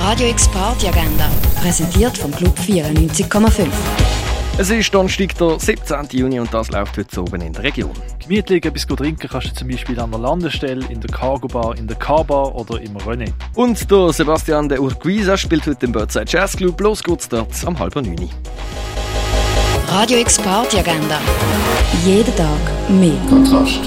Radio X Party Agenda, präsentiert vom Club 94,5. Es ist Donnerstag, der 17. Juni und das läuft heute oben in der Region. Gemütlich etwas trinken kannst du zum Beispiel an der Landestelle, in der Cargo Bar, in der K-Bar oder im René. Und der Sebastian de Urquiza spielt heute im Birdside Jazz Club. Los geht's dort am halben neun. Radio X Party Agenda. Jeden Tag mehr. Kontrast.